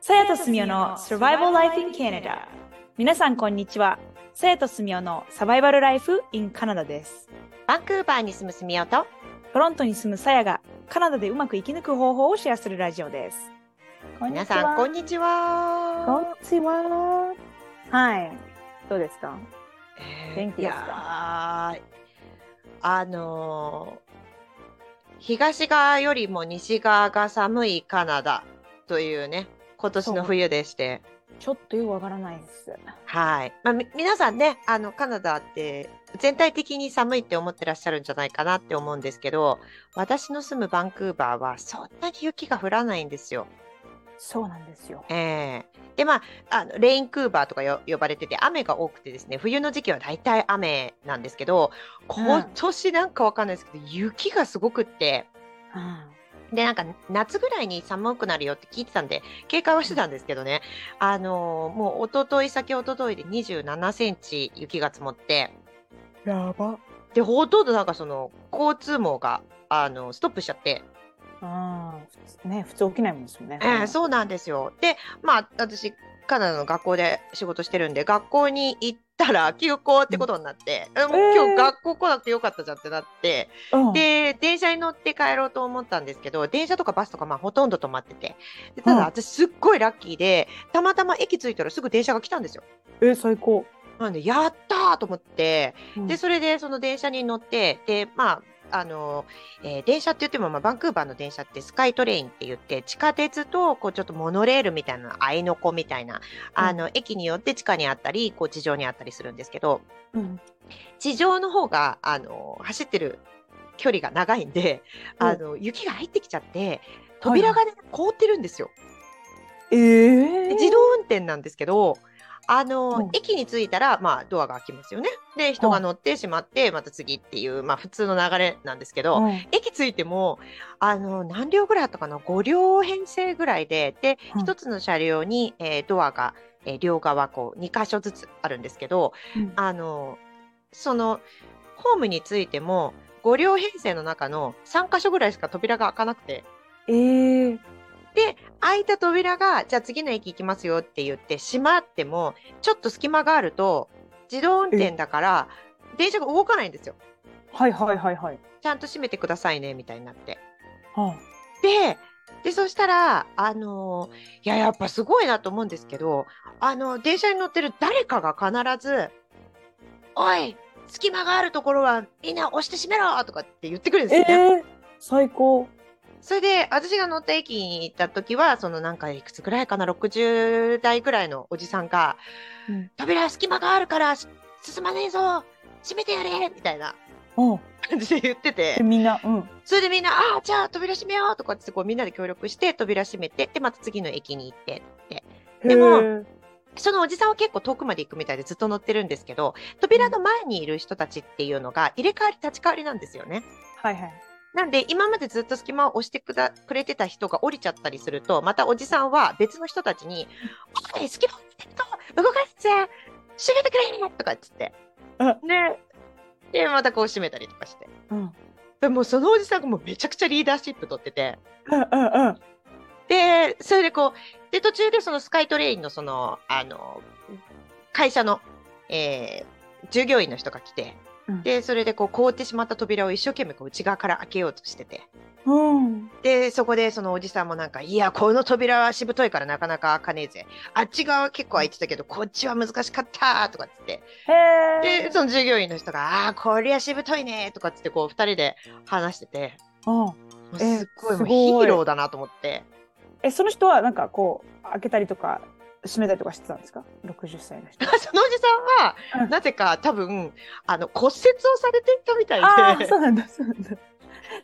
さやとすみおの Survival Life in Canada 皆さんこんにちはさやとすみおのサバイバルライフ in カナダですバンクーバーに住むすみおとトロントに住むさやがカナダでうまく生き抜く方法をシェアするラジオです皆さんこんにちこんは。にちははいどうですか元気でいすやかーあのー東側よりも西側が寒いカナダというね今年の冬でしてちょっとよくわからないですはい、まあ、み皆さんねあのカナダって全体的に寒いって思ってらっしゃるんじゃないかなって思うんですけど私の住むバンクーバーはそんなに雪が降らないんですよ。そうなんですよええでまああのレインクーバーとかよ呼ばれてて雨が多くてですね冬の時期は大体雨なんですけど今年なんかわかんないですけど、雪がすごくってうんでなんか夏ぐらいに寒くなるよって聞いてたんで警戒はしてたんですけどねあのーもう一昨日先一昨日で27センチ雪が積もってやばでほとんどなんかその交通網があのストップしちゃって。うんね普通起きないもんですよねええそうなんですよ。で、まあ、私、カナダの学校で仕事してるんで、学校に行ったら 休校ってことになって、えもうえー今日学校来なくてよかったじゃんってなって、うんで、電車に乗って帰ろうと思ったんですけど、電車とかバスとか、まあ、ほとんど止まってて、でたうんだ、私、すっごいラッキーで、たまたま駅着いたらすぐ電車が来たんですよ。え最高なんで、やったーと思って、うんで、それでその電車に乗って、で、まあ、あの、えー電車って言っても、まあ、バンクーバーの電車ってスカイトレインって言って、地下鉄と、こう、ちょっとモノレールみたいな、合いの子みたいな、あの、駅によって地下にあったり、こう、地上にあったりするんですけど、うん地上の方が、あの、走ってる距離が長いんで、うんあの、雪が入ってきちゃって、扉がね、凍ってるんですよ。えでえ自動運転なんですけど、あの、うん駅に着いたら、まあ、ドアが開きますよね。で、人が乗ってしまって、また次っていう、まあ、普通の流れなんですけど、うん駅着いても、あの、何両ぐらいあったかな ?5 両編成ぐらいで、で、うん一つの車両に、えードアが、えー両側、こう、2箇所ずつあるんですけど、うんあの、その、ホームに着いても、5両編成の中の3箇所ぐらいしか扉が開かなくて、えー、開いた扉が、じゃあ次の駅行きますよって言って閉まっても、ちょっと隙間があると、自動運転だから、電車が動かないんですよ。はいはいはいはい。ちゃんと閉めてくださいね、みたいになって。はで、で、そしたら、あのーいや、やっぱすごいなと思うんですけど、あの、電車に乗ってる誰かが必ず、おい、隙間があるところはみんな押して閉めろとかって言ってくるんあ、ですよね。えー、最高。それで私が乗った駅に行った時はそのなんかいくつぐらいかな60代ぐらいのおじさんがうん「扉隙間があるからし進まねえぞ閉めてやれ!」みたいな うん、感じで言ってでてみんな、うん。それでみんな「ああじゃあ扉閉めよう」とかってこうみんなで協力して扉閉めてでまた次の駅に行ってでもへー、そのおじさんは結構遠くまで行くみたいでずっと乗ってるんですけど扉の前にいる人たちっていうのが入れ替わり立ち替わりなんですよね。はいはい。なんで、今までずっと隙間を押してくだくれてた人が降りちゃったりすると、またおじさんは別の人たちに、おい、隙間を押してると、動かして、閉めてくれとかっつって。あね。で、またこう閉めたりとかして。うん、うんでもうそのおじさんがもうめちゃくちゃリーダーシップ取ってて。うんうん。で、それでこう、で、途中でそのスカイトレインのその、あの、会社の、えー従業員の人が来てうん、で、それでこう凍ってしまった扉を一生懸命こう内側から開けようとしてて。うん、で、そこでそのおじさんもなんか、いや、この扉はしぶといからなかなか開かねえぜ。あっち側は結構開いてたけど、こっちは難しかったとかっつって。へえ。で、その従業員の人が、ああー、こりゃしぶといねとかっつって、こう、二人で話してて、うん、もうえーすっごいすもごういヒーローだなと思って。 え、その人はなんかこう開けたりとか閉めたりとかしてたんですか？六十歳の人。そのおじさうんは、んなぜか多分、あの、骨折をされていたみたいで、ああ、足そうなんだ、そうなんだ。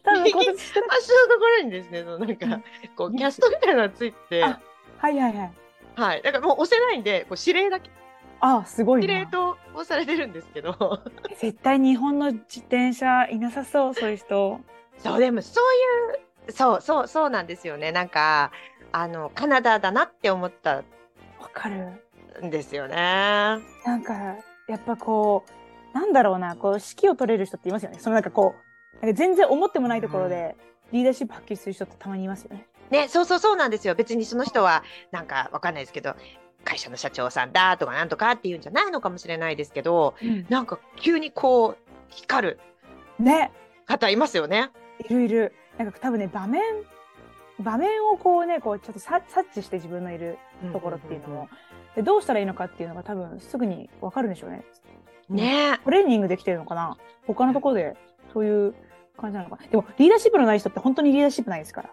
多分今年 してなのところにですね、そのなんうかん、こう、キャストみたいなのがついて、あはいはいはい。はい。だからもう押せないんで、こう指令だけ、ああ、すごい指令な。と押されてるんですけど。絶対日本の自転車いなさそう、そういう人。そうでもそういうそうそうそうなんですよねなんかあのカナダだなって思ったわかる。んですよね。なんかやっぱこうなんだろうなこう指揮を取れる人っていますよねそのなんかこうなんか全然思ってもないところで、リーダーシップ発揮する人ってたまにいますよね。ね、そうそうそうなんですよ。別にその人は、なんかわかんないですけど、会社の社長さんだとかなんとかっていうんじゃないのかもしれないですけど、なんか急にこう、光るね、方いますよね。いるいる。なんか多分ね、場面、場面をこうね、こうちょっとさ察知して自分のいるところっていうのも、でどうしたらいいのかっていうのが多分すぐにわかるんでしょうね。うんうんうん。ねトレーニングできてるのかな他のところでそういう感じなのかでもリーダーシップのない人って本当にリーダーシップないですから。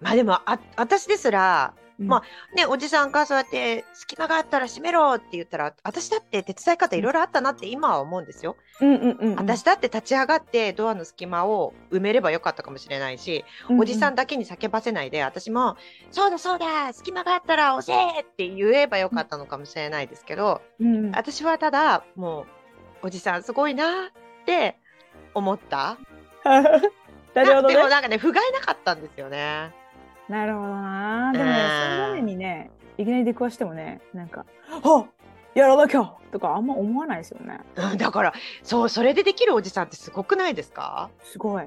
まあでも、あ、私ですら、うんまあね、おじさんがそうやって隙間があったら閉めろって言ったら、私だって手伝い方いろいろあったなって今は思うんですよ。うんうんうんうん、私だって立ち上がってドアの隙間を埋めればよかったかもしれないし、おじさんだ、だけに叫ばせないで、私も、そうだそうだ、隙間があったら押せって言えばよかったのかもしれないですけど、うんうん、私はただ、もう、おじさんすごいなって思った。なるほどでもね。なんかね、不甲斐なかったんですよね。 なるほどな。でもうねん、その場面にね、いきなり出くわしてもね、なんか、あやらなきゃとかあんま思わないですよね。うんだから、そう、それでできるおじさんってすごくないですかすごい。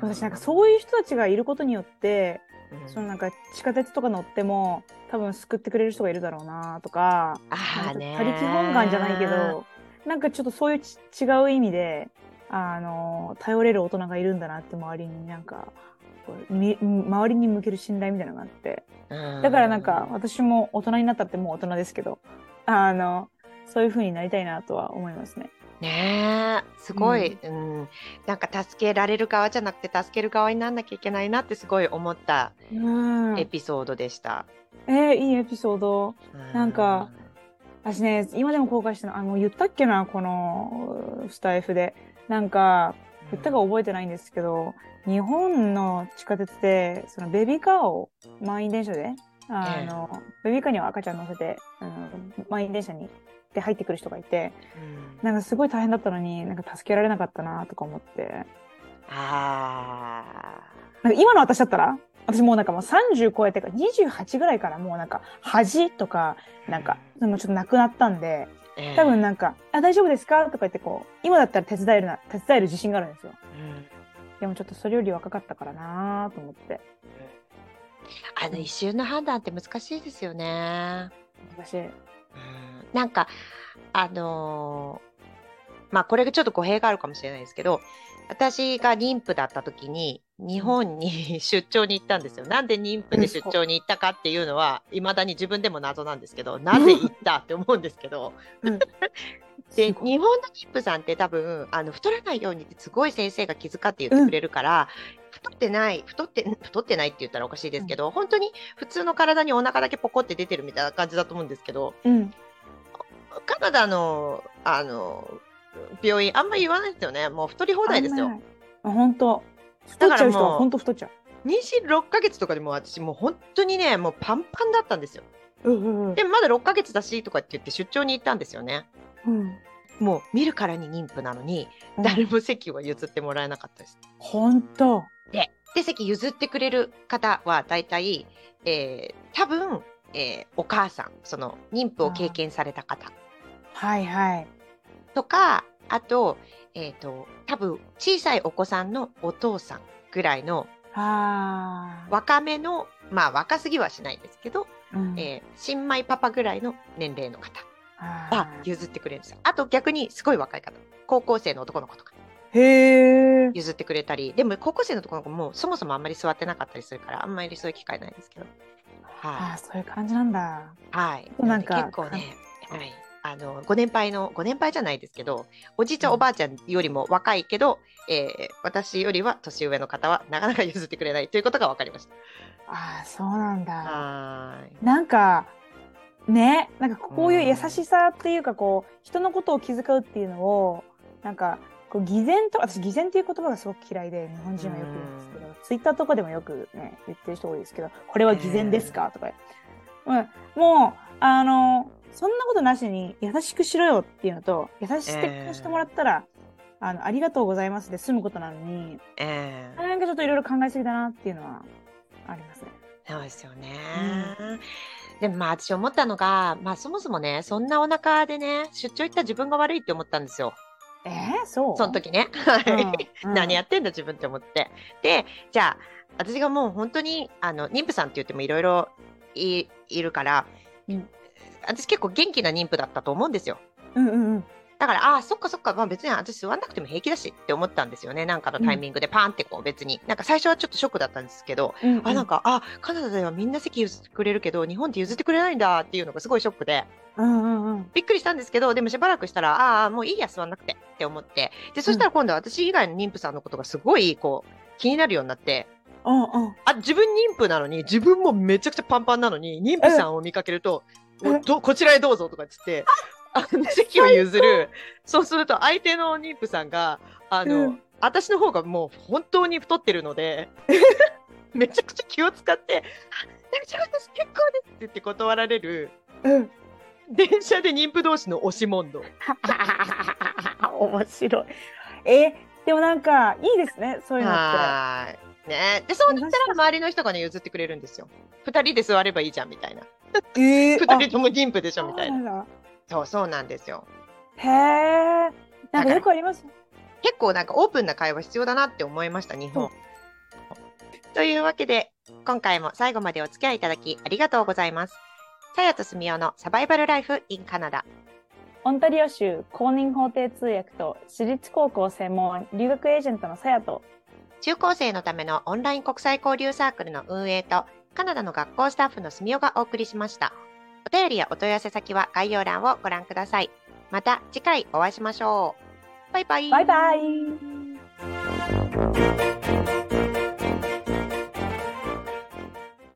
私なんかそういう人たちがいることによって、うん、そのなんか地下鉄とか乗っても多分救ってくれる人がいるだろうなとか、ああね。他力本願じゃないけ。どなんかちょっとそういうち違う意味であの頼れる大人がいるんだなって周りになんかこうみ周りに向ける信頼みたいなのがあってだからなんか私も大人になったってもう大人ですけどあのそういう風になりたいなとは思いますね。ねえすごい、うんなんか助けられる側じゃなくて助ける側になんなきゃいけないなってすごい思ったうん、エえピソードでした。ーいいエピソード。うなんか、私ね今でも後悔してるのあもう言ったっけなこのスタイフでなんか言ったか覚えてないんですけど、日本の地下鉄でそのベビーカーを満員電車であの、ベビーカーには赤ちゃん乗せてあの満員電車にで入ってくる人がいてうんなんかすごい大変だったのになんか助けられなかったなとか思ってあなんか今の私だったら私もうなんかもう30超えてか28ぐらいからもうなんか恥とかなんかそのちょっとなくなったんでー、ええ多分、なんか「あ大丈夫ですか?」とか言ってこう今だったら手伝えるな手伝える自信があるんですよ。うんでもちょっとそれより若かったからなと思ってあの一瞬の判断って難しいですよね。難しい。うんなんかあのーまあこれがちょっと語弊があるかもしれないですけど私が妊婦だった時に日本に出張に行ったんですよ。なんで妊婦で出張に行ったかっていうのはいまだに自分でも謎なんですけどなぜ行ったって思うん ですけど。うんです日ごい本の妊婦さんって多分あの太らないようにってすごい先生が気遣って言ってくれるから、太ってない太って太ってないって言ったらおかしいですけど、本当に普通の体にお腹だけポコって出てるみたいな感じだと思うんですけど、うん、カナダのあの病院あんまり言わないですよねもう太り放題ですあんよまない。本当だ太かっちらもうゃう人は本当太っちゃ妊娠6ヶ月とかでもう私もう本当にねもうパンパンだったんですよう。うんうんうんでもまだ6ヶ月だしとかって言って出張に行ったんですよねうんもう見るからに妊婦なのに誰も席は譲ってもらえなかったです本当でで席譲ってくれる方は大体、えー、多分、えーお母さんその妊婦を経験された方はいはい。とかあと,、えー、と多分小さいお子さんのお父さんぐらいのああ、若めのまあ若すぎはしないですけど、うんえー新米パパぐらいの年齢の方はあー譲ってくれるんですよ。あと逆にすごい若い方高校生の男の子とかへえ。譲ってくれたりでも高校生の男の子もそもそもあんまり座ってなかったりするからあんまりそういう機会ないですけどあはあ、そういう感じなんだ。い、はい、なんかので結構ね、はい、あのご年配のご年配じゃないですけどおじいちゃんおばあちゃんよりも若いけど、えー私よりは年上の方はなかなか譲ってくれないということが分かりました。ああ、そうなんだ。はーいなんか。ね、なんかこういう優うんしさっていうかこう人のことを気遣うっていうのをなんかこう偽善と私偽善っていう言葉がすごく嫌いで日本人はよく言うんですけどツイッターとかでもよくね言ってる人多いですけどこれは偽善ですかとか、うん、もうあのそんなことなしに優しくしろよっていうのと優しくしてもらったら、あのありがとうございますで済むことなのにえーなんかちょっといろいろ考えすぎだなっていうのはありますね。そうですよね。でもまあ私思ったのが、まあそもそもね、そんなお腹でね、出張行った自分が悪いって思ったんですよ。えー、そうその時ね。はい。うんうん何やってんだ自分って思って。で、じゃあ、私がもう本当に、あの、妊婦さんって言ってもいろいろいいるから、うん私結構元気な妊婦だったと思うんですよ。うんうんうんだから、ああー、そっかそっか、まあ別に私座んなくても平気だしって思ったんですよね。なんかのタイミングでパーンってこう別に。なんか最初はちょっとショックだったんですけど、うんうん。あ、なんか、あ、カナダではみんな席譲ってくれるけど、日本って譲ってくれないんだっていうのがすごいショックで。うんうんうん。びっくりしたんですけどでもしばらくしたらああーもういいや座んなくてって思ってでそしたら今度は私以外の妊婦さんのことがすごいこう気になるようになってうんうん。あ自分妊婦なのに自分もめちゃくちゃパンパンなのに妊婦さんを見かけると「うんおどこちらへどうぞ」とかっつってあの席を譲るそうすると相手の妊婦さんがあの、うん私の方がもう本当に太ってる のでめちゃくちゃ気を使って「大丈夫です結構です」って言って断られる。うん。電車で妊婦同士の押し問答。面白い。え、でもなんかいいですね、そういうのって。はーい。ねえ、でそうなったら周りの人がね譲ってくれるんですよ。二人で座ればいいじゃんみたいな。え二人とも妊婦でしょあみたいそうな。なんだそうそうなんですよ。へえ。なだんからかよくあります。結構なんかオープンな会話必要だなって思いました日本。というわけで今回も最後までお付き合いいただきありがとうございます。さやとすみおのサバイバルライフインカナダ。オンタリオ州公認法廷通訳と私立高校専門留学エージェントのさやと。中高生のためのオンライン国際交流サークルの運営とカナダの学校スタッフのすみおがお送りしましたお便りやお問い合わせ先は概要欄をご覧くださいまた次回お会いしましょうバイバイバイバイ。